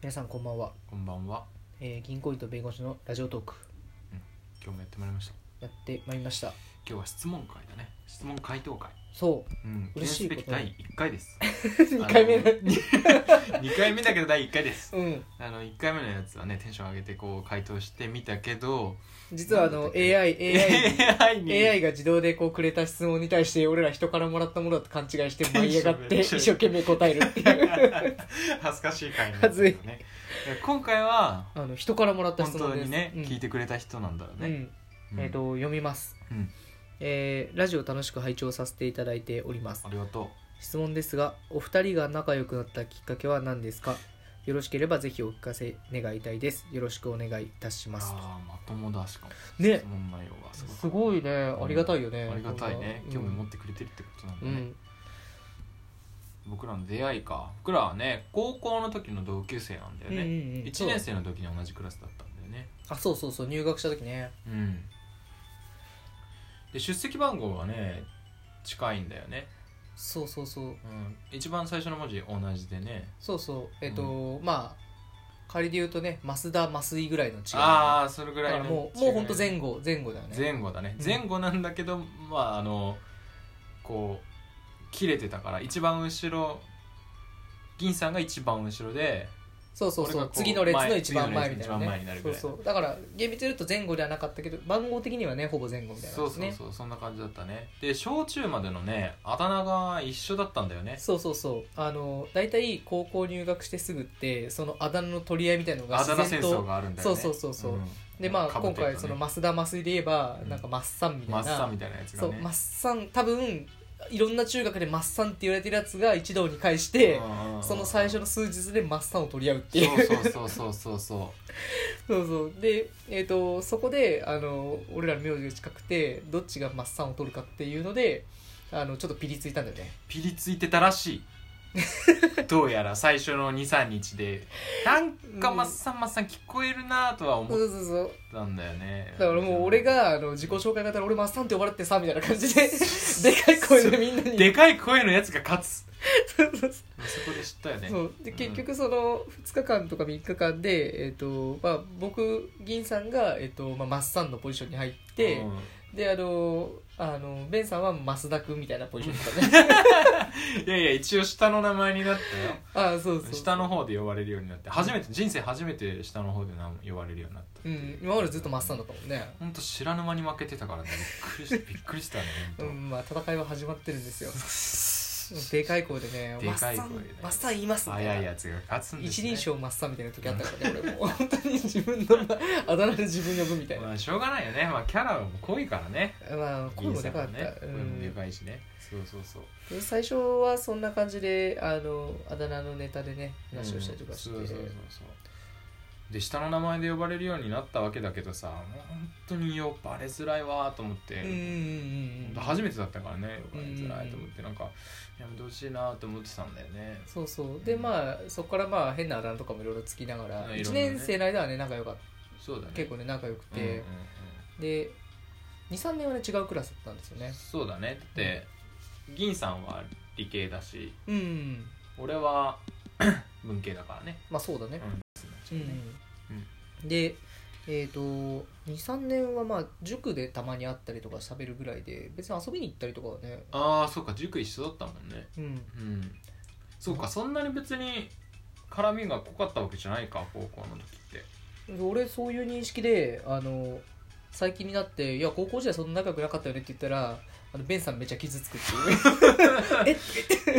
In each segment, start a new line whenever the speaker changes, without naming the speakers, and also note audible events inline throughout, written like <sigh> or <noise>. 皆さんこんばんは、
こんばんは。
えー、銀行員と弁護士のラジオトーク
今日もやってまいりました。
やってまいりました
今日は質問会だね。質問回答会。
そう <laughs>
うん。
嬉しい
記
こと
念すべき第一回です。 <laughs>
2回目だ
あの二回目だけど第一回です。
うん
あの一回目のやつはねテンション上げてこう回答してみたけど、
実はあの AI,
<laughs>
AI, <laughs>
AI に
AI が自動でこうくれた質問に対して俺ら人からもらったものだと勘違いして舞い上がって
テン
<laughs> 一
ション
生懸命答えるっていう
恥ずかしい回なんですけどね。え今回は
<laughs> あの人からもらった
本
質問
当
です
にね、
うん、
聞いてくれた人なんだろうね。
うんえっ、
うん
と読みます、
うん
えーラジオ楽しく拝聴させていただいております
ありがとう。
質問ですがお二人が仲良くなったきっかけは何ですかよろしければぜひお聞かせ願いたいですよろしくお願いいたします
ああまともだしかも。
ね
質問内容がすごい。
すごいねありがたいよね、
ありがたいね
こんな
興味持ってくれてるってことなんだ
うん、
ね、僕らの出会いか僕らはね高校の時の同級生なんだよ
うんうん
ね、
うん
一1年生の時に同じクラスだったんだよね
あそうそうそう入学した時ね
うんで出席番号がね近いんだよね、
そうそうそう
うん、一番最初の文字同じでね
そうそうえっ、と、まあ仮で言うとね増田増井ぐらいの違い
ああそれぐ
あだ
ら
から
いの
もうもうほんと
違い
前後前後だよね
前後だね、
うん
前後なんだけどまああのこう切れてたから一番後ろ銀さんが一番後ろで
そうそう
俺
そ
が
う
こう
次の列の一番前
前
みたいな
次の列の一番前にな
ね
るぐ
そう
らい
そうだから厳密に言うと前後ではなかったけど番号的にはねほぼ前後みたいな
そ
感
う
じ
そう
ね
そうそんな感じだったねで小中までのねあだ名が一緒だったんだよね
そうそうそうあの大体高校入学してすぐってそのあだ名の取り合いみたいのが
あだ
自
名戦
然と
争があるんだよね
そうそうそうそうんでまあ
かぶっ
今
てたね
回その増田増井で言えば
うん
なんかマッサンみた
マ
い
ッサ
な
ンみたいなやつが
そう
ね
マッサン多分いろんな中学でマッサンって言われてるやつが一堂に会して
うんうんうん
その最初の数日でマッサンを取り合うっていう
そうそうそうそうそうそ
<laughs> そうそうで、えー、とそこであの俺らの名字が近くてどっちがマッサンを取るかっていうのであのちょっとピリついたんだよね
うピリついてた
<laughs>
らしいどうやら最初の23日でなんかマッサンマッサン聞こえるなとは
そ
思っ
うそうそう
たんだよね
だからもう俺があの自己紹介方で俺マッサンって呼ばれてさみたいな感じ
<laughs>
ででかい声でみんなに
でかい声のやつが勝つ
そうそうそ
そこで知ったよね
うそうで
うん
結局その2日間とか3日間で、えーとまあ、僕銀さんが、えーとまあ、マッサンのポジションに入って、
うん
であのあのベンさんは増田君みたいなポジショ
<laughs>
ンだね
いやいや一応下の名前になったよ
ああそうそう
下の方で呼ばれるようになって初めて人生初めて下の方でな呼ばれるようになった
うん、今までずっとマッサンだったもんね
ほんと知らぬ間に負けてたからねびっ
<laughs>
くりしたびっくりしたね
う
ほんと
んまあ戦いは始まってるん
<laughs>
ですよでかい声でね「
で
マッ
かい
サ
声
ン
でね
マッサン言いますね」
早いやつが勝つんです、
一
ね、
人称マッサンみたいな時あったからね俺も本当に自分のあだ名で自分呼ぶみたいな
<laughs> まあしょうがないよね、まあ、キャラはもう濃いからね
まあ声もでかかった、
銀さんはね
う
声もで
ん
かいしねそうそうそう
最初はそんな感じであのあだ名のネタでね話をしたりとかして、
うんそうそうそうそうで下の名前で呼ばれるようになったわけだけどさもう本当に呼ばれづらいわーと思って、
うんうんうんうん
初めてだったからね呼ばれづらいと思ってなんかやめてほしいなと思ってたんだよね
そうそうでまあそこからまあ変なあだ名とかもいろいろつきながら、
うんいろ
1
いろね
年生の間はね仲良かった
そうだね
結構ね仲良く
うんうんう
て
ん、
で23年はね違うクラスだったんですよね
そうだねだって銀さんは理系だし
うん
俺は <clears throat> 文系だからね
まあそうだね、う
う
んんでえっ、と23年はまあ塾でたまに会ったりとか喋るぐらいで別に遊びに行ったりとかはね
ああそうか塾一緒だったもんね
うん
うんそうかそんなに別に絡みが濃かったわけじゃないか高校の時って
俺そういう認識であの最近になって「いや高校時代そんな仲良くなかったよね」って言ったらあのベンさんめっちゃ傷つくっていう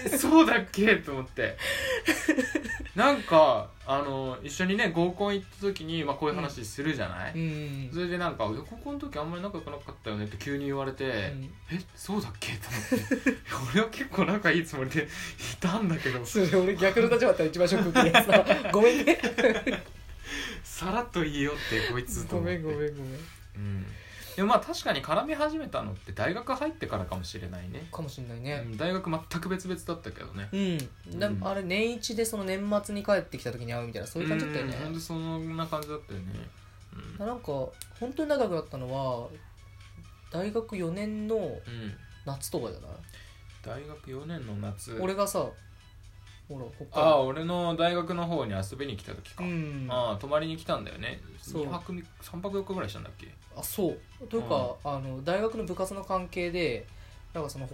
<laughs> え
そうだっけと思ってなんかあの一緒にね合コン行った時に、まあ、こういう話するじゃない、
うん <laughs>
それでなんかいや「高校の時あんまり仲良くなかったよね」って急に言われて「えそうだっけ?」と思っていや俺は結構仲いいつもりでい <laughs> たんだけど
それ俺逆の立場だったら一番ショック受けたやつだ <laughs> ごめんね
さらっと言えよってこいつと
ご
思っ
めん
て
ご
ん、
めんごめん
うん、でもまあ確かに絡み始めたのって大学入ってからかもしれないね
かもしんないうね
ん大学全く別々だったけどね
うん、で
うん
あれ年一でその年末に帰ってきた時に会うみたいなそういう感じだったよね
うんほんとそんな感じだったよね、うん
なんか本当に長くなったのは大学4年の
うん
夏とかじゃない
大学4年の夏
俺がさほら北海
ああ
道
俺の大学の方に遊びに来た時か、
うん
ああ泊まりに来たんだよね
そう
2泊3泊4日ぐらいしたんだっけ
あそうというか、あの大学の部活の関係でなんかその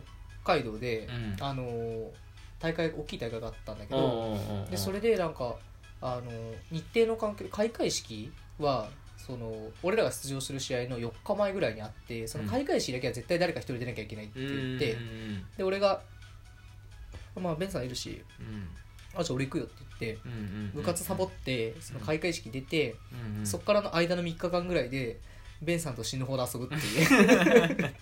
北海道で、
うん
あの大会大きい大会があったんだけ
おう
ど、
おうおうおう
でそれでなんかあの日程の関係開会式はその俺らが出場する試合の4日前ぐらいにあってその開会式だけは絶対誰か一人出なきゃいけないって言って、
うん
で俺が「まあベンさんいるし
うん
あじゃあ俺行くよ」って言って
うんうんうん
部活サボってその開会式出て、
うんうん
そっからの間の3日間ぐらいでベンさんと死ぬほど遊ぶっていう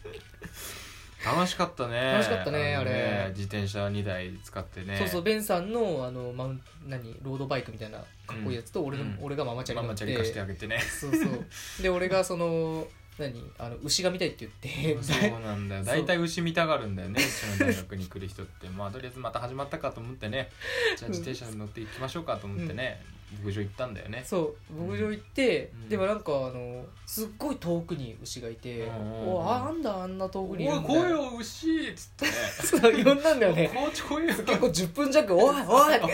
楽しかったね
楽しかったね
のね
あれ
自転車2台使ってね
そうそうベンさんのあのマウン何ロードバイクみたいなかっこいいやつと俺の、
うん
俺がママチャリ
マ
乗
マ
っ
チ
て
ャリ貸してあげてね
そうそうで俺がその何あの牛が見たいって言って
そうなんだよ
そう
大体牛見たがるんだよねうちの大学に来る人ってまあとりあえずまた始まったかと思ってねじゃあ自転車に乗って行きましょうかと思ってね、牧場行ったんだよね
<laughs> そう牧場行って、
うん
でもなんかあのすっごい遠くに牛がいて「
うんうんうん
おあなんだあんな遠
お
く
い
にいるんだ
声を牛っつってね
そう呼んだんだよね
こうちょいよ
結構10分弱「おいおい!」って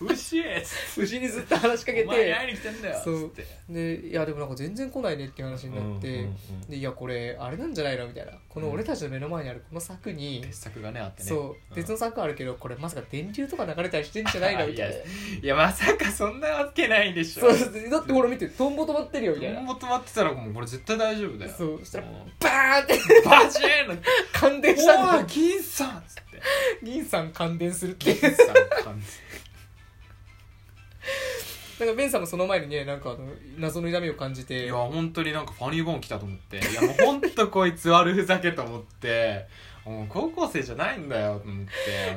おい牛っつっ
牛にずっと話しかけ
てお前に
て
会いに来てんだよっ
そう
つって
でいやでもなんか全然来ないねっていう話になって、
うんうんうん
でいやこれあれなんじゃないのみたいなこの俺たちの目の前にあるこの柵に、
別作がねあってね
そう別
の
の柵あるけどこれまさか電流とか流れたりしてんじゃないのみたいな
<laughs> いやいやまさかそんなわけないでしょ
そうそうだってほら見てトンボ止まってるよみたい
ほん
な
ま止まってたらもうこれ絶対大丈夫だよ
そうそしたら
ん
バーンって <laughs>
バチーンの
感電した
お
ん
い
で
銀さんっつって
銀さん感電するって
銀さん感
なんかベンさんもその前にねなんかあの謎の痛みを感じ
じい
て
や本当になんかファニーボーン来たと思っていやもう本当こいつ悪ふざけと思ってもう高校生じゃないんだよと思っ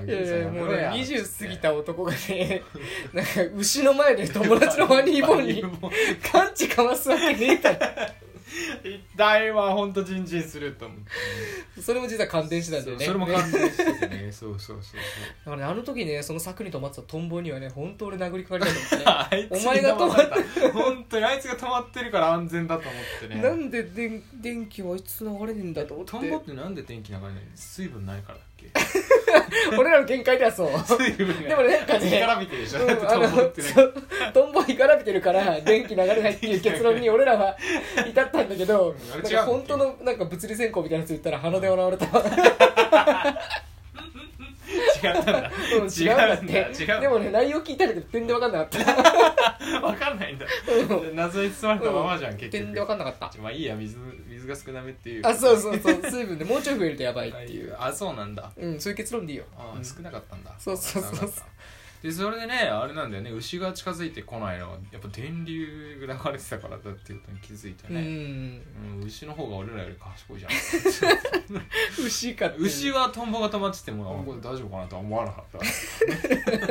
て
いやいやもうね
二十
20過ぎた男がね <laughs> なんか牛の前で友達のワニーボンにカンチかますわけねえだろ
痛いわ本当ジンジンすると思って
それも実は感電してたんだよね
そうそれも感じし
<laughs>
ててねそうそうそうそう
だからねあの時ねその柵に止まってたトンボにはね本当俺殴りかかりたいと思ってね
あいつ
お前が止まって
本当にあいつが止まってるから安全だと思ってね
なんで電電気はいつ流れねえんだと思って
トンボってなんで電気流れないの水分ないからだっけ
俺らの限界では
<laughs>
そう
水
<laughs>
分
でもなんかね
干からびてるでしょ、
うん
だって
あ
ト
の
ンボってね
そうトンボ干からびてるから電気流れないっていう結論に俺らは至ったんだけど
うんあ
な
れ
ん
違う
か本当のなんか物理専攻みたいなやつ言ったら鼻で笑われた
<laughs> 違ったんだ
うん違うんだっ
違
て
うんだ違う
でもね内容聞いたら全然分かんなかった
分かんないんだ謎に包まれたままじゃん、結
全然
局
分かんなかった
まあいいや水水が少なめっていう
あそう
う
そうそう水分でもうちょい増えるとやばいって
あ
いう
あそうなんだ
うんそういう結論でいいよ
あ、
うん
少なかったんだ
そうそうそうそう
少なかったでそれでねあれなんだよね牛が近づいてこないのはやっぱ電流が流れてたからだっていうことに気づいた
う
ね、
ん
うん牛の方が俺らより賢いじゃん
牛かっていう
牛はトンボが止まってても、あこれ大丈夫かなとは思わなかった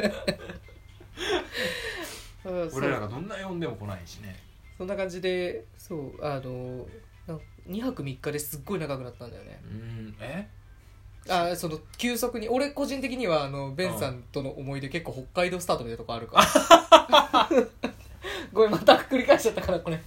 うんそう
俺らがどんな呼んでも来ないしね
そんな感じでそうあのなん2泊3日ですっごい長くなったんだよね
うんえ
あその休息に俺個人的にはあのベンさんとの思い出結構北海道スタートみたいなとこあるから <laughs> ごめんまた繰り返しちゃったからこれ
い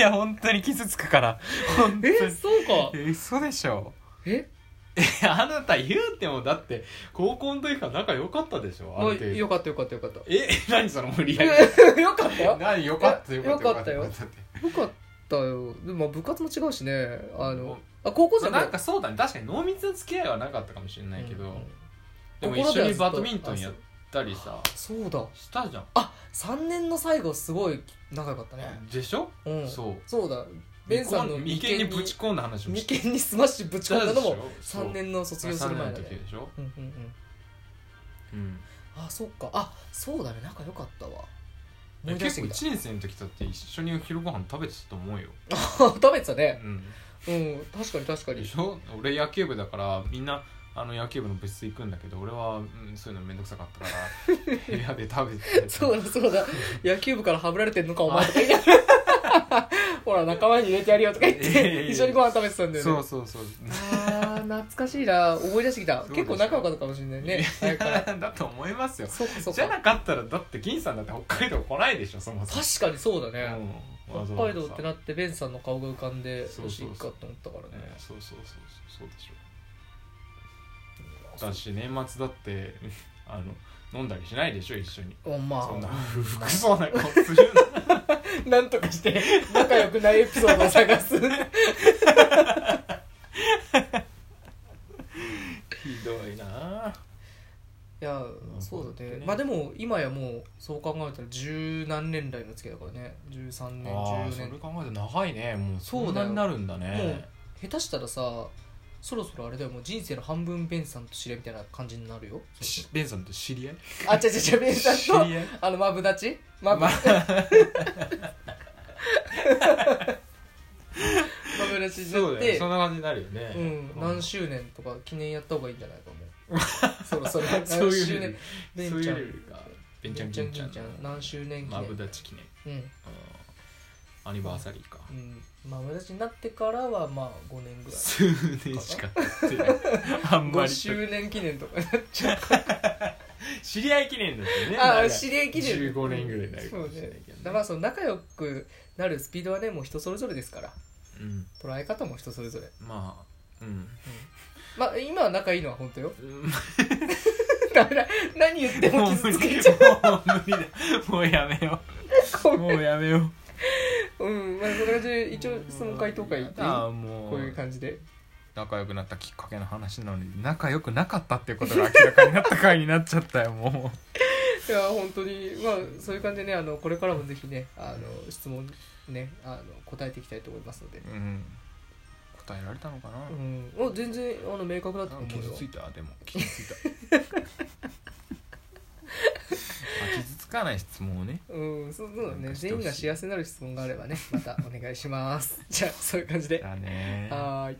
や本当に傷つくから本当に
えそうか
え嘘でしょ
え
いやあなた言うてもだって高校の時から仲良かったでしょある程
あよ
度
かったよかったよかった
え何その無理やり
<laughs> えよかったよ
何よかったよかった
よかったよ
かって
よかったよでもまあ部活も違うしねあのあ高校生も
まあなんかそうだね確かに濃密な付き合いはなかったかもしれないけど、
うんうん
でも
心
一
では
緒に
ずっと
バドミントンやったりさ
そうだ
したじゃん
3年の最後すごい仲良かったね
でしょ、
うん
そう
そうだベンさんの
眉間にぶち込んだ話を
眉
して
間にスマッシュぶち込んだのも
そう
3年の卒業する前だ
3年の時
ね
でしょ、
うんうんうん
うん、
あそっかあそうだね仲良かったわ思い出して
結
き
構
た
1年生の時だって一緒にお昼ご飯食べてたと思うよ、
<laughs> 食べてた
う
ね
ん、
うん確かに確か
で
に
しょ俺野球部だからみんなあの野球部の部室行くんだけど俺は、うん、そういうのめんどくさかったか
<laughs>
ら部屋で食べてた
そうだそうだ野球部からはぶられてんのかお
<laughs>
前とか言いながらほら仲間に入れてやるよとか言っ
いやいやいや
て一緒にご飯食べてたんだよ
そ
ね
うそう <laughs> そう
あー懐かしいな思い出してきた
そうでしょ
結構仲良かったかもしれないね早くから
だと思いますよ
そうかそう
じゃ
か
なかったらだって銀さんだって北海道来ないでしょそもそも
確かにそうだね
うん
北海道って
わざわざ
なってベンさんの顔が浮かんで
そうそう
欲し
そ
いうかと思ったからね
ねそうそうそうそうそうでしょだし年末だって <laughs> あの飲んだりしないでしょ一緒に
おまあ
そんな
う
不
ま
服そうな顔
<laughs>
するな
あ <laughs> なんとかして仲良くないエピソードを探す
ひどいない
やそうだねまあでも今やもうそう考えたら十何年来の付き合いだからね13年
ああ
14
それ
年
考えて長いねもうそ
そ
ん
う
な
だよ
になるんだね
下手したらさそろそろあれだよもう人生の半分ベンさんと知り合いみたいな感じになるよ
しベンさんと知り合い
<laughs> あ違う違う違うベンさ
知
んと
り合い
あのマブダチマブ、
ま
マ
あ
ブダチに
そ
な
う
っ
だよ
て
そんな感じになるよね
うん、何周年とか記念やった方がいいんじゃないかも
<laughs>
うそろそろ
そうい
何周年
うそう
ベンちゃん
いうかベンちゃん
ベ
ベ
ン
ン
ち
ち
ゃ
ゃ
んベ
ん
ンちゃん何周年記
マ
念
ブダチ記念
うん、
うんアニバーサリーか
うん、マブダチになってからはまあ5年ぐらい
数年しか経って <laughs> ないあん
5
まり
周年記
<laughs>
念とかね
知り合い記念だったね
あ
な
あ
んか
知り合い記念
15年ぐらいになるか
そう
も
ね
しれないけ
だ
ど
か
ね
らその仲良くなるスピードはねもう人それぞれですから
うん
捉え方も人それぞれ
まあうん
まあ今は仲いいのは本当よ <laughs> ダメだ何言っても
もう無
傷
理
つけちゃう
もう無理だもうやめよ
ごめ
う
ん
もうやめよ
うんまあそんな感じで
う
一応質問回答会ってい
あ
う
あも
こういう
う
感じで
仲良くなったきっかけの話なのに仲良くなかったっていうことが明らかになった回になっちゃったよも
いや本当にまあそういう感じでねあのこれからもぜひねあの質問ねあの答えていきたいと思いますので
う、うん、答えられたのかな、
うん、お全然あの明確だと
な
思
んか
う
傷
よ
ついたでも傷つい
<laughs>
たあ傷つかない質問をね
うんそうそうだ
な
ね
んかして
全
ほしい
<laughs> 員が幸せになる質問があればねまたお願いしますじゃあそういう感じで
だね
はーい